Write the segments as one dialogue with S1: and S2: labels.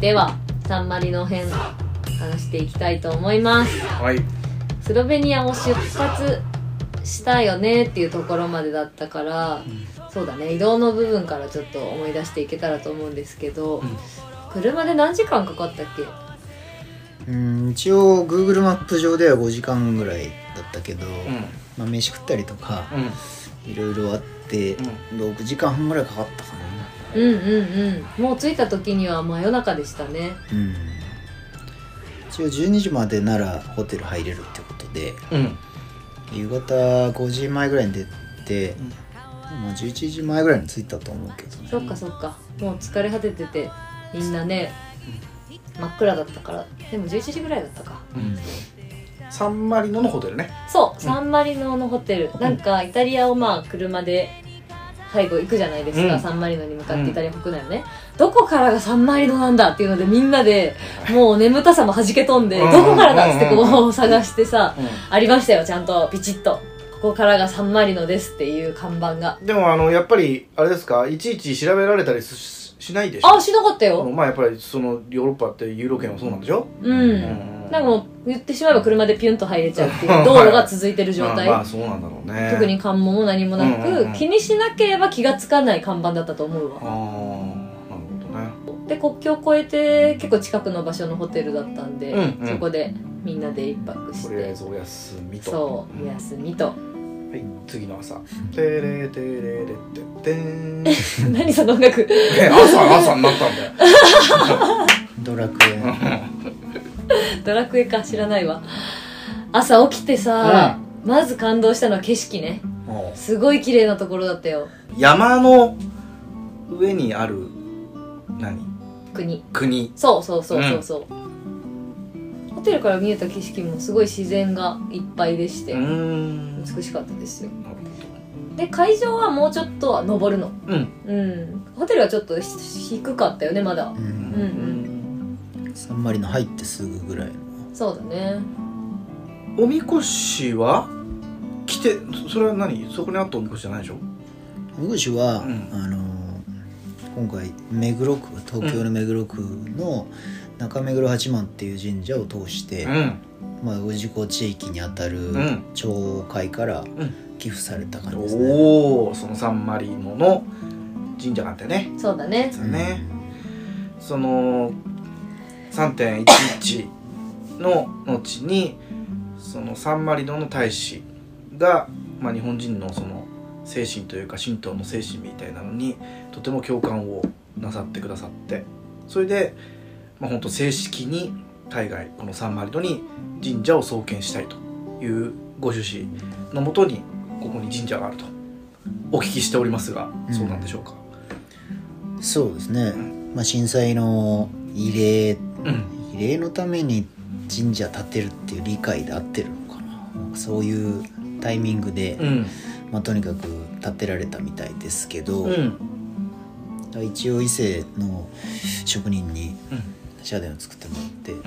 S1: ではサンマリの編話していきたいと思います
S2: はい
S1: スロベニアを出発したよねっていうところまでだったから、そうだね移動の部分からちょっと思い出していけたらと思うんですけど、
S2: うん
S1: 車で何時間かかったっけ
S3: うん一応 Google マップ上では5時間ぐらいだったけど、
S2: うん
S3: まあ、飯食ったりとか
S2: うん
S3: いろいろあって、6時間半ぐらいかかったかな
S1: うんうんうんもう着いた時には真夜中でしたね
S3: うん一応12時までならホテル入れるってことで
S2: うん
S3: 夕方5時前ぐらいに出て、まあ、11時前ぐらいに着いたと思うけどね
S1: そっかそっかもう疲れ果てててみんなね真っ暗だったからでも11時ぐらいだったか
S2: うんサンマリノのホテルね
S1: そう、サンマリノのホテル、なんかイタリアをまあ車で最後行くじゃないですか、
S2: うん
S1: サンマリノに向かっ
S2: うん
S1: てイタリア国内をね、どこからがサンマリノなんだっていうのでみんなでもう眠たさも弾け飛んで、
S2: うん
S1: どこからだっつって
S2: うん
S1: こう探してさ、
S2: う
S1: ありましたよちゃんとピチッとここからがサンマリノですっていう看板が
S2: んでもあのやっぱりあれですかいちいち調べられたりしししないでしょ
S1: あしなかった
S2: あの
S1: よ
S2: まあやっぱりそのヨーロッパってユーロ圏はそうなんでしょ
S1: うん、
S2: うん
S1: なんかもう言ってしまえば車でピュンと入れちゃうっていう道路が続いてる状態、
S2: まあまあそうなんだろうね
S1: 特に関門も何もなく、
S2: うんうんうん
S1: 気にしなければ気がつかない看板だったと思うわ
S2: ああなるほどね
S1: で国境を越えて結構近くの場所のホテルだったんで、
S2: うんうん
S1: そこでみんなで一泊し
S2: とりあえ
S1: て
S2: ずお休みと
S1: そうお
S2: はい
S1: 休みと
S2: 次の朝「テレテレレテテン」
S1: 何その音楽
S2: え 朝朝になったんだよ
S3: ドラク エ
S1: ドラクエか知らないわ朝起きてさ、まず感動したのは景色ね
S2: も
S1: すごい綺麗なところだったよ
S2: う山の上にある何
S1: 国
S2: 国
S1: そうそうそうそうそう、ホテルから見えた景色もすごい自然がいっぱいでし
S2: う
S1: て、
S2: ーん
S1: 美しかったですよで会場はもうちょっとは登るの
S2: うん
S1: うんホテルはちょっと低かったよねまだ
S3: うん
S2: うん
S1: う
S3: サンマリノ入ってすぐぐらいの
S1: そうだね
S2: おみこしは来てそそれは何そこにあったおみこしじゃないでしょ
S3: 野口は、
S2: うん
S3: あの今回目黒区東京の目黒区の中目黒八幡っていう神社を通して、
S2: ん
S3: まあ、氏子地域にあたる
S2: うん
S3: 町会から
S2: ん
S3: 寄付された感じですね、
S2: おおそのサンマリノの神社があってね
S1: そうだね
S3: うん
S2: ねその3.11の後にそのサンマリノの大使が、まあ、日本人のその精神というか神道の精神みたいなのにとても共感をなさってくださってそれで、まあ、本当正式に海外このサンマリノに神社を創建したいというご趣旨のもとにここに神社があるとお聞きしておりますが、
S3: うん
S2: そうなんでしょうか、
S3: そうですね、まあ、震災の慰霊
S2: うん、
S3: 慰霊のために神社建てるっていう理解で合ってるのかなそういうタイミングで、
S2: うん
S3: まあ、とにかく建てられたみたいですけど、
S2: うん
S3: 一応伊勢の職人に
S2: うん
S3: 社殿を作ってもらって
S2: うん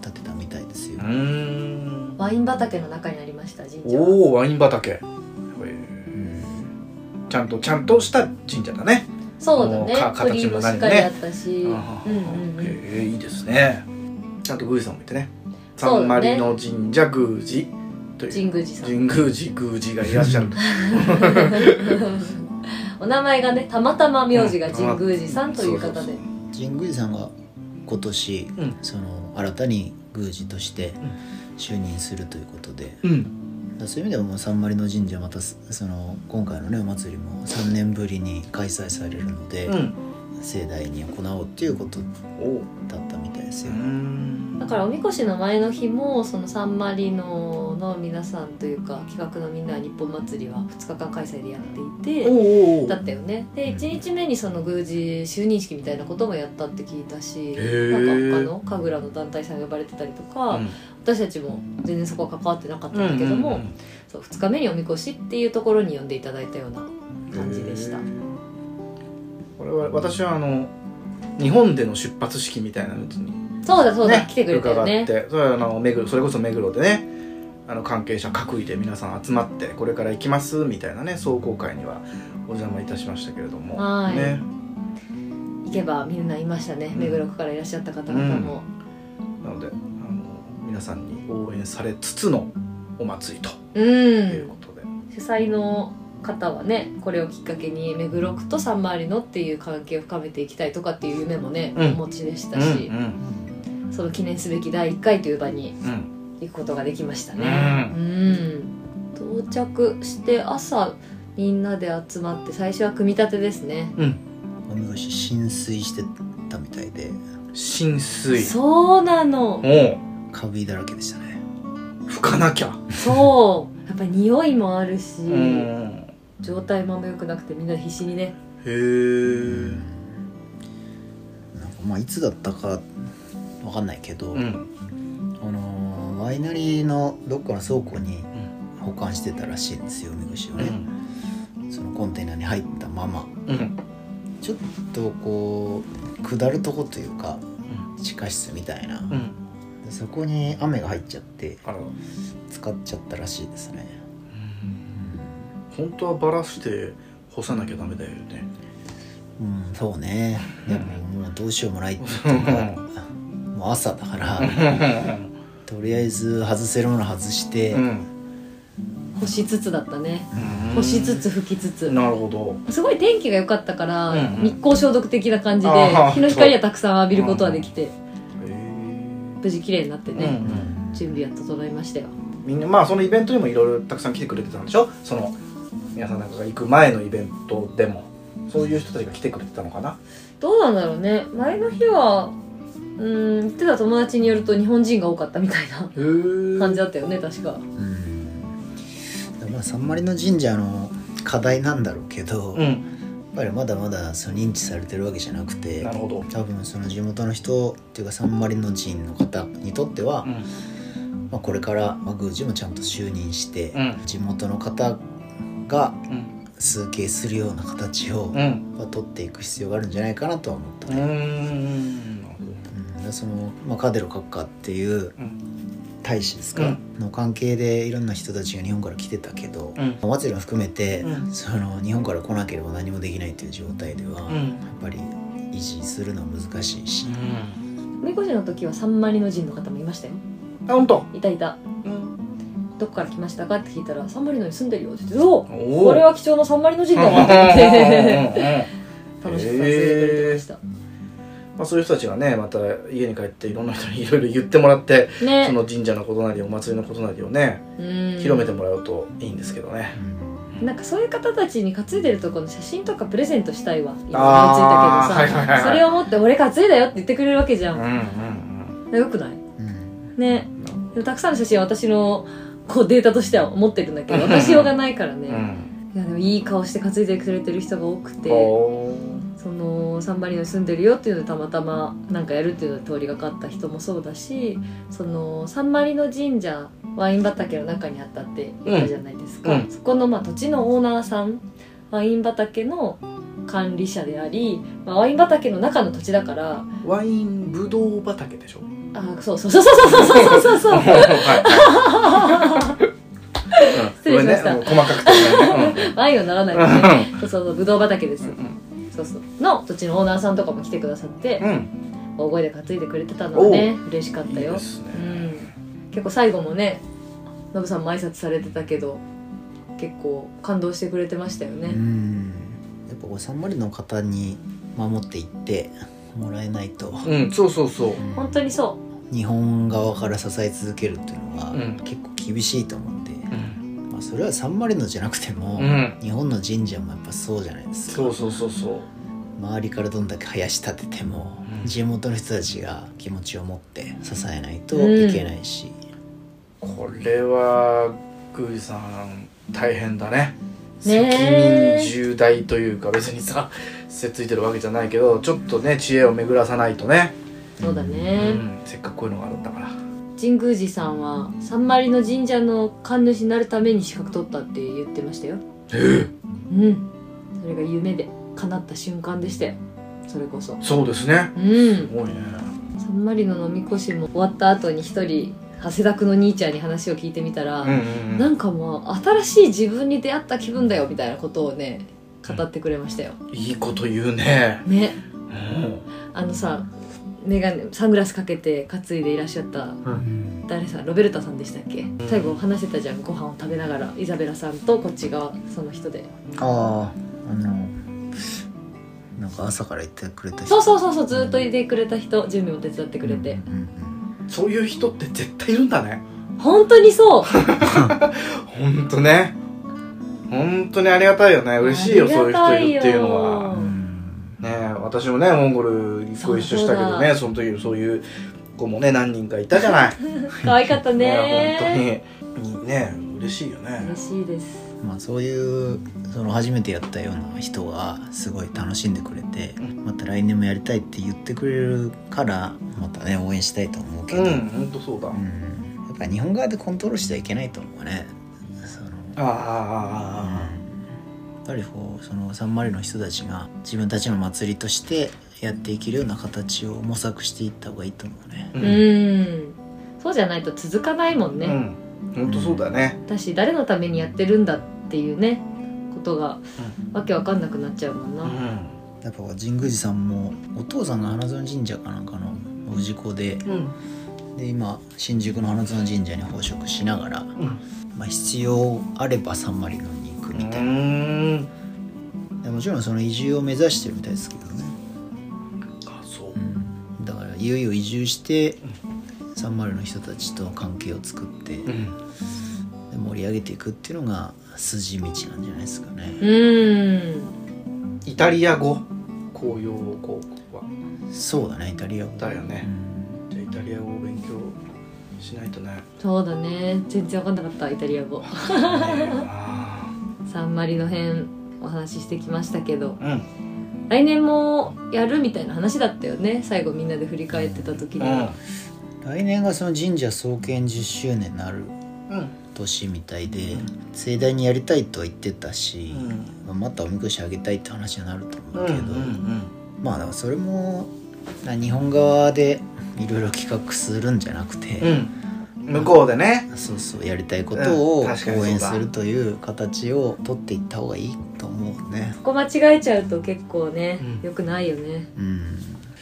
S3: 建てたみたいですよ
S2: う、ーん
S1: ワイン畑の中にありました神社は
S2: おおワイン畑へ
S3: う
S2: え
S3: ん
S2: ちゃんとちゃんとした神社だね
S1: そうだ
S2: もうか
S1: ね
S2: 形も
S1: 鳥居もしっかりあったし、
S2: あ
S1: う
S2: ー
S1: んうんうん
S2: へえいいですねちゃんと宮司さんもいてね
S1: そ
S2: サ
S1: う
S2: ン
S1: だ
S2: マ
S1: ね
S2: リの神社宮司とい
S1: 神
S2: う
S1: 宮寺さ
S2: 神宮寺宮司がいらっしゃると
S1: ん お名前がねたまたま名字が神宮寺さんという方
S2: そう
S1: で
S2: そう
S3: 神宮寺さんが今年、
S2: うん
S3: その新たに宮司として就任するということで、
S2: そううん
S3: だそういう意味ではもう三丸の神社またすその今回のねお祭りも3年ぶりに開催されるので、
S2: うん
S3: 盛大に行おうっていうこと
S2: おおう
S3: だったみたいです
S2: ー
S3: よ、
S2: ん
S1: だからおみこしの前の日もそのサンマリノの皆さんというか企画のみんな日本祭りは2日間開催でやっていて
S2: おうおうおう
S1: だったよねで1日目にその宮司就任式みたいなこともやったって聞いたし
S2: へー
S1: なんか他の神楽の団体さんが呼ばれてたりとか、
S2: うん
S1: 私たちも全然そこは関わってなかったんだけども、そう2日目におみこしっていうところに呼んでいただいたような感じでした
S2: へーこれは私はあの日本での出発式みたいなのに
S1: そうだそうだ、
S2: ね
S1: 来てくれたよね
S2: 伺ってそれはあの目黒それこそ目黒でねあの関係者各位で皆さん集まってこれから行きますみたいなね壮行会にはお邪魔いたしましたけれども
S1: はい
S2: ね
S1: 行けばみんないましたね、
S2: うん
S1: 目黒区からいらっしゃった方々も、
S2: なのであの皆さんに応援されつつのお祭りと
S1: うん
S2: いうことで、
S1: 主催の方はねこれをきっかけに目黒区と三回りのっていう関係を深めていきたいとかっていう夢もね、
S2: うん
S1: お持ちでし
S2: う
S1: た
S2: んう
S1: し、
S2: ん
S1: その記念すべき第1回という場に
S2: うん
S1: 行くことができましたね
S2: う
S1: うん到着して朝みんなで集まって最初は組み立てですね
S2: うん
S3: おみこし浸水してたみたいで
S2: 浸水
S1: そうなの
S2: も
S3: カビだらけでしたね
S2: う拭かなきゃ
S1: そうやっぱり匂いもあるし、
S2: うん
S1: 状態もあんま良くなくてみんな必死にね
S2: へえ
S3: なんかまあいつだったかわかんないけど、
S2: うん
S3: あのーワイナリーのどっかの倉庫に保管してたらしいんですよおみこしを
S2: う
S3: ね、
S2: ん
S3: そのコンテナに入ったまま
S2: うん
S3: ちょっとこう下るとこというか
S2: う
S3: 地下室みたいな、
S2: うん
S3: でそこに雨が入っちゃって
S2: あら
S3: 使っちゃったらしいですね、
S2: 本当はバラして干さなきゃダメだよね
S3: うん、そうねでももうどうしようもないっていうか もう朝だからとりあえず外せるもの外して、
S2: うん
S1: 干しつつだったね干しつつ拭きつつ
S2: なるほど
S1: すごい天気が良かったから、
S2: うんうん
S1: 日光消毒的な感じ
S2: あ
S1: で
S2: ー
S1: 日の光はたくさん浴びることはできて、
S2: へえ
S1: 無事綺麗になってね、
S2: うん
S1: 準備は整いましたよ
S2: みんなまあそのイベントにもいろいろたくさん来てくれてたんでしょその皆さんなんかが行く前のイベントでもそういう人たちが来てくれてたのかな
S1: どうなんだろうね前の日はうん言ってた友達によると日本人が多かったみたいな
S2: へえ
S1: 感じだったよね確か
S3: うんでもまあサンマリの神社の課題なんだろうけど、
S2: う
S3: やっ
S2: ん
S3: ぱりまだまだその認知されてるわけじゃなくて
S2: なるほど
S3: 多分その地元の人っていうかサンマリの寺院の方にとっては、
S2: うん
S3: まあ、これからまあ宮司もちゃんと就任して、
S2: うん
S3: 地元の方が
S2: うん
S3: 崇敬するような形を、
S2: うん
S3: まあ、取っていく必要があるんじゃないかなとは思った、
S2: うーんなるほど
S3: うんでその、まあ、カデロ閣下っていう
S2: うん
S3: 大使ですか、の関係でいろんな人たちが日本から来てたけど、
S2: うん
S3: お祭りも含めて、
S2: うん
S3: その日本から来なければ何もできないという状態では、
S2: う
S3: やっ
S2: ん
S3: ぱり維持するのは難しいし、
S1: おみこしの時は三万里の陣の方もいましたよ
S2: あ本当
S1: いたいた
S2: うん
S1: どこから来ましたかって聞いたら三万里のに住んでるよって言っておお
S2: お
S1: これは貴重な三万里の陣だわって言って楽しく撮影してくれてました、
S2: まあそういう人たちがねまた家に帰っていろんな人にいろいろ言ってもらってそ
S1: ね
S2: の神社のことなりお祭りのことなりをね
S1: うん
S2: 広めてもらうといいんですけどね
S3: うん
S1: なんかそういう方たちに担いでるとこの写真とかプレゼントしたいわ今
S2: あー
S1: 思いついたけどさ、
S2: はいはいはいはい
S1: それを持って「俺担いだよ」って言ってくれるわけじゃ
S2: うん
S1: ん、
S2: うん
S1: よくない
S3: うん
S1: ね
S2: うん
S1: でもたくさんの写真は私のこうデータとしては持ってるんだけど渡しようがないからね、
S2: うん
S1: いやでもいい顔して担いでくれてる人が多くて
S2: お
S1: そのサンバリノに住んでるよっていうのでたまたまなんかやるっていうので通りがかった人もそうだしそのサンマリノ神社ワイン畑の中にあったって言ったじゃないですか、
S2: うん
S1: そこのまあ土地のオーナーさんワイン畑の管理者であり、まあ、ワイン畑の中の土地だから
S2: ーワインぶどう 畑でしょ
S1: あそうそうそうそうそうそうそう そう
S2: はい
S1: 失礼しました
S2: はいうんごめんねもう細かくてごめんね
S1: ワインはならないよねそうそうそうぶどう畑です
S2: うんうん
S1: そうそうの土地のオーナーさんとかも来てくださって
S2: うんうん
S1: 大声で担いでくれてたのはね嬉しかっ
S2: いい
S1: たよ
S2: ですね
S1: うん、結構最後もねノブさんも挨拶されてたけど結構感動してくれてましたよ
S3: う
S1: ね、
S3: んやっぱこうサンマリの方に守っていってもらえないと、
S2: うんそうそうそう
S3: うん
S1: 本当にそ
S3: 日本側から支え続けるっていうのは、
S2: うん
S3: 結構厳しいと思って、
S2: うん
S3: まあ、それはサンマリノじゃなくても、
S2: うん
S3: 日本の神社もやっぱそうじゃないですか
S2: そうそうそうそう
S3: 周りからどんだけ林立てても、
S2: うん
S3: 地元の人たちが気持ちを持って支えないと
S1: うん
S3: いけないし、
S2: これは宮司さん大変だね
S1: ねえ
S2: 責任重大というか別にさせついてるわけじゃないけどちょっとね知恵を巡らさないとね、
S1: うそうだ
S2: う
S1: ね、
S2: ん、せっかくこういうのがあるんだから
S1: 神宮寺さんは三丸の神社の神主になるために資格取ったって言ってましたよ
S2: え
S1: うんそれが夢で叶った瞬間でしたよそれこそ
S2: そうですね
S1: う
S2: す
S1: ん
S2: ごいね
S1: サンマリノのみこしも終わった後に一人汗だくの兄ちゃんに話を聞いてみたら、
S2: うんうん
S1: な
S2: うん
S1: かもう新しい自分に出会った気分だよみたいなことをね語ってくれましたよ
S2: んいいこと言うね
S1: ね
S2: うん
S1: あのさメガネサングラスかけて担いでいらっしゃった
S3: うん
S1: 誰さんロベルタさんでしたっけ最後話してたじゃんご飯を食べながらイザベラさんとこっち側その人で
S3: あああのなんか朝から言ってくれた人
S1: そうそうそうそうずっといてくれた人準備も手伝ってくれて
S3: うんうん
S2: そういう人って絶対いるんだね
S1: 本当に そう
S2: ほんとねほんとにありがたいよね嬉しいよそういう人いるっていうのは
S3: う
S1: うん
S2: ねえ私もねモンゴルご一緒したけどねその時そういう子もね何人かいたじゃない
S1: 可愛かったね
S2: ねえ本当にねえ嬉しいよね
S1: 嬉しいです
S3: まあ、そういうその初めてやったような人がすごい楽しんでくれてまた来年もやりたいって言ってくれるからまたね応援したいと思うけ
S2: う
S3: ど、
S2: んほんとそうだ、
S3: うんやっぱ日本側でコントロールしちゃいけないと思うねその、うん、や
S2: あ
S3: っぱりこうそのサンマリの人たちが自分たちの祭りとしてやっていけるような形を模索していった方がいいと思うね
S2: あ、う、
S1: うんんそうじゃないと続かないもんね、
S2: うん、ほんとそうだね、
S1: だし誰のためにやってるんだっていうねことがわけわかんなくなっちゃうもんな、
S2: う
S3: やっぱ神宮寺さんもお父さんが花園神社かなんかの氏子で
S2: んうん
S3: で今新宿の花園神社に奉職しながら、
S2: ん
S3: まあ、必要あればサンマリノに行くみたいな、
S2: ん
S3: でもちろんその移住を目指してるみたいですけどね、
S2: あそう
S3: うん、だからいよいよ移住してサンマリの人たちと関係を作ってで
S2: ん
S3: 盛り上げていくっていうのが筋道なんじゃないですかね、
S1: うん
S2: イタリア語公用語は
S3: そうだねイタリア語
S2: だよね
S3: うん
S2: じゃあイタリア語を勉強しないと ね
S1: そうだね全然わかんなかったイタリア語 サンマリの辺お話ししてきましたけど
S2: うん
S1: 来年もやるみたいな話だったよね最後みんなで振り返ってた時には、
S3: 来年がその神社創建10周年になる
S2: うん
S3: 年みたいで盛大にやりたいとは言ってたし、まあまたおみくじあげたいって話になると思うけど、まあだからそれもな日本側でいろいろ企画するんじゃなく
S2: う
S3: て、
S2: ん向こうでね
S3: そうそうやりたいことを
S2: う
S3: 応
S2: ん確かにそうだ
S3: 援するという形を取っていった方がいいと思うね。
S1: ここ間違えちゃうと結構ね
S2: うん
S1: 良、くないよね
S3: うん、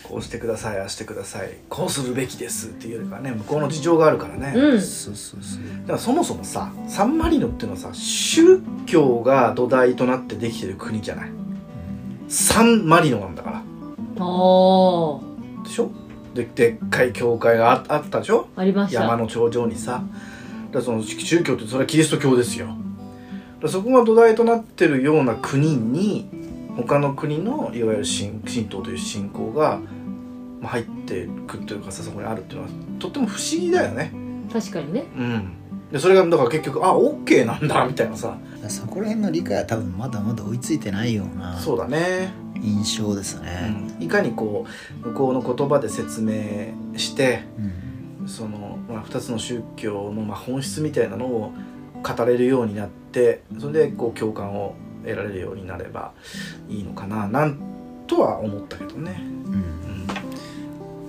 S2: こうしてくださいああしてくださいこうするべきですっていうよりかはね向こうの事情があるからね、
S1: うん
S3: そうそうそう。
S2: だからそもそもさサンマリノっていうのはさ宗教が土台となってできてる国じゃないサンマリノなんだから
S1: おー
S2: でしょででっかい教会がああったでしょ
S1: ありました
S2: 山の頂上にさだからその宗教ってそれはキリスト教ですよだからそこが土台となってるような国に他の国のいわゆる神神道という信仰がまあ入ってくというかさそこにあるっていうのはとっても不思議だよね
S1: 確かにね
S2: うんでそれがだから結局あオッケーなんだみたいなさ
S3: だからそこら辺の理解は多分まだまだ追いついてないような
S2: そうだね、
S3: 印象ですね。
S2: うんいかにこう向こうの言葉で説明して
S3: うん
S2: その、まあ、2つの宗教のまあ本質みたいなのを語れるようになってそれでこう共感を得られるようになればいいのかななんとは思ったけどね。
S3: うん
S2: うん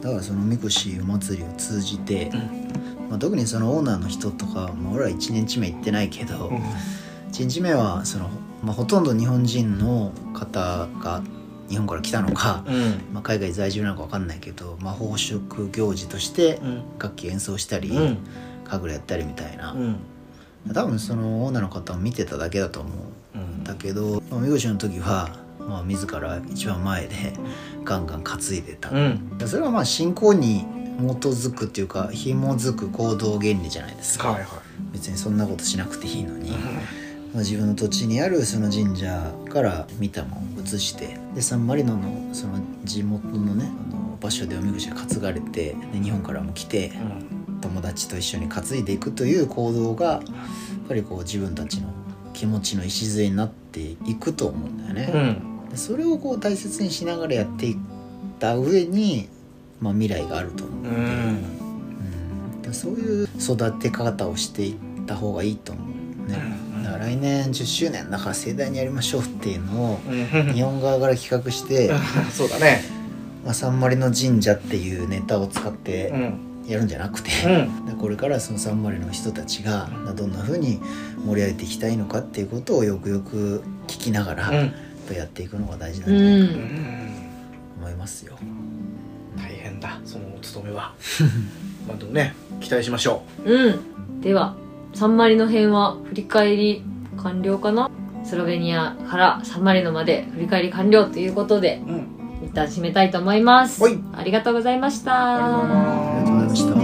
S3: だからそのみこしお祭りを通じて、
S2: う
S3: まあ、特にそのオーナーの人とか、まあ、俺は1日目行ってないけど、1日目はその、まあ、ほとんど日本人の方が日本から来たのか、
S2: うん
S3: まあ、海外在住なのか分かんないけど、まあ、宝飾行事として
S2: うん
S3: 楽器演奏したり、
S2: うん
S3: 神楽やったりみたいな、
S2: うん
S3: 多分そのオーナーの方を見てただけだと思う
S2: うん
S3: だけど、まあ、みこしの時は、まあ、自ら一番前でガンガン担いでた
S2: うん
S3: それはまあ信仰に基づくっていうか紐づく行動原理じゃないですか
S2: はいはい
S3: 別にそんなことしなくていいのに、ま
S2: う
S3: あ、自分の土地にあるその神社から見たものを移してでサンマリノのその地元のねあの場所でおみくじが担がれてで日本からも来て
S2: んうん
S3: 友達と一緒に担いでいくという行動がやっぱりこう自分たちの気持ちの礎になっていくと思うんだよね。
S2: うん
S3: でそれをこう大切にしながらやっていった上に、まあ、未来があると思う
S2: う
S3: ので,、
S2: ん
S3: うんでそういう育て方をしていった方がいいと思うね、だから来年10周年だから盛大にやりましょうっていうのを
S2: うん
S3: 日本側から企画して、
S2: そうだね
S3: まあ、サンマリの神社っていうネタを使っ
S2: う
S3: て
S2: ん
S3: やるんじゃなくて、
S2: うん
S3: でこれからそのサンマリの人たちがどんな風に盛り上げていきたいのかっていうことをよくよく聞きながら
S2: う
S3: やっ
S2: ん
S3: ぱやっていくのが大事なん
S1: う
S3: じゃないかなと
S2: うんん
S3: 思いますよ
S2: 大変だそのお勤めはまあでもね期待しましょ
S1: うんではサンマリノ編は振り返り完了かなスロベニアからサンマリノまで振り返り完了ということで
S2: ううん
S1: 一旦締めたいと思います
S2: はい
S1: ありがとうございました
S2: ありがとうございます
S3: ありがとうございました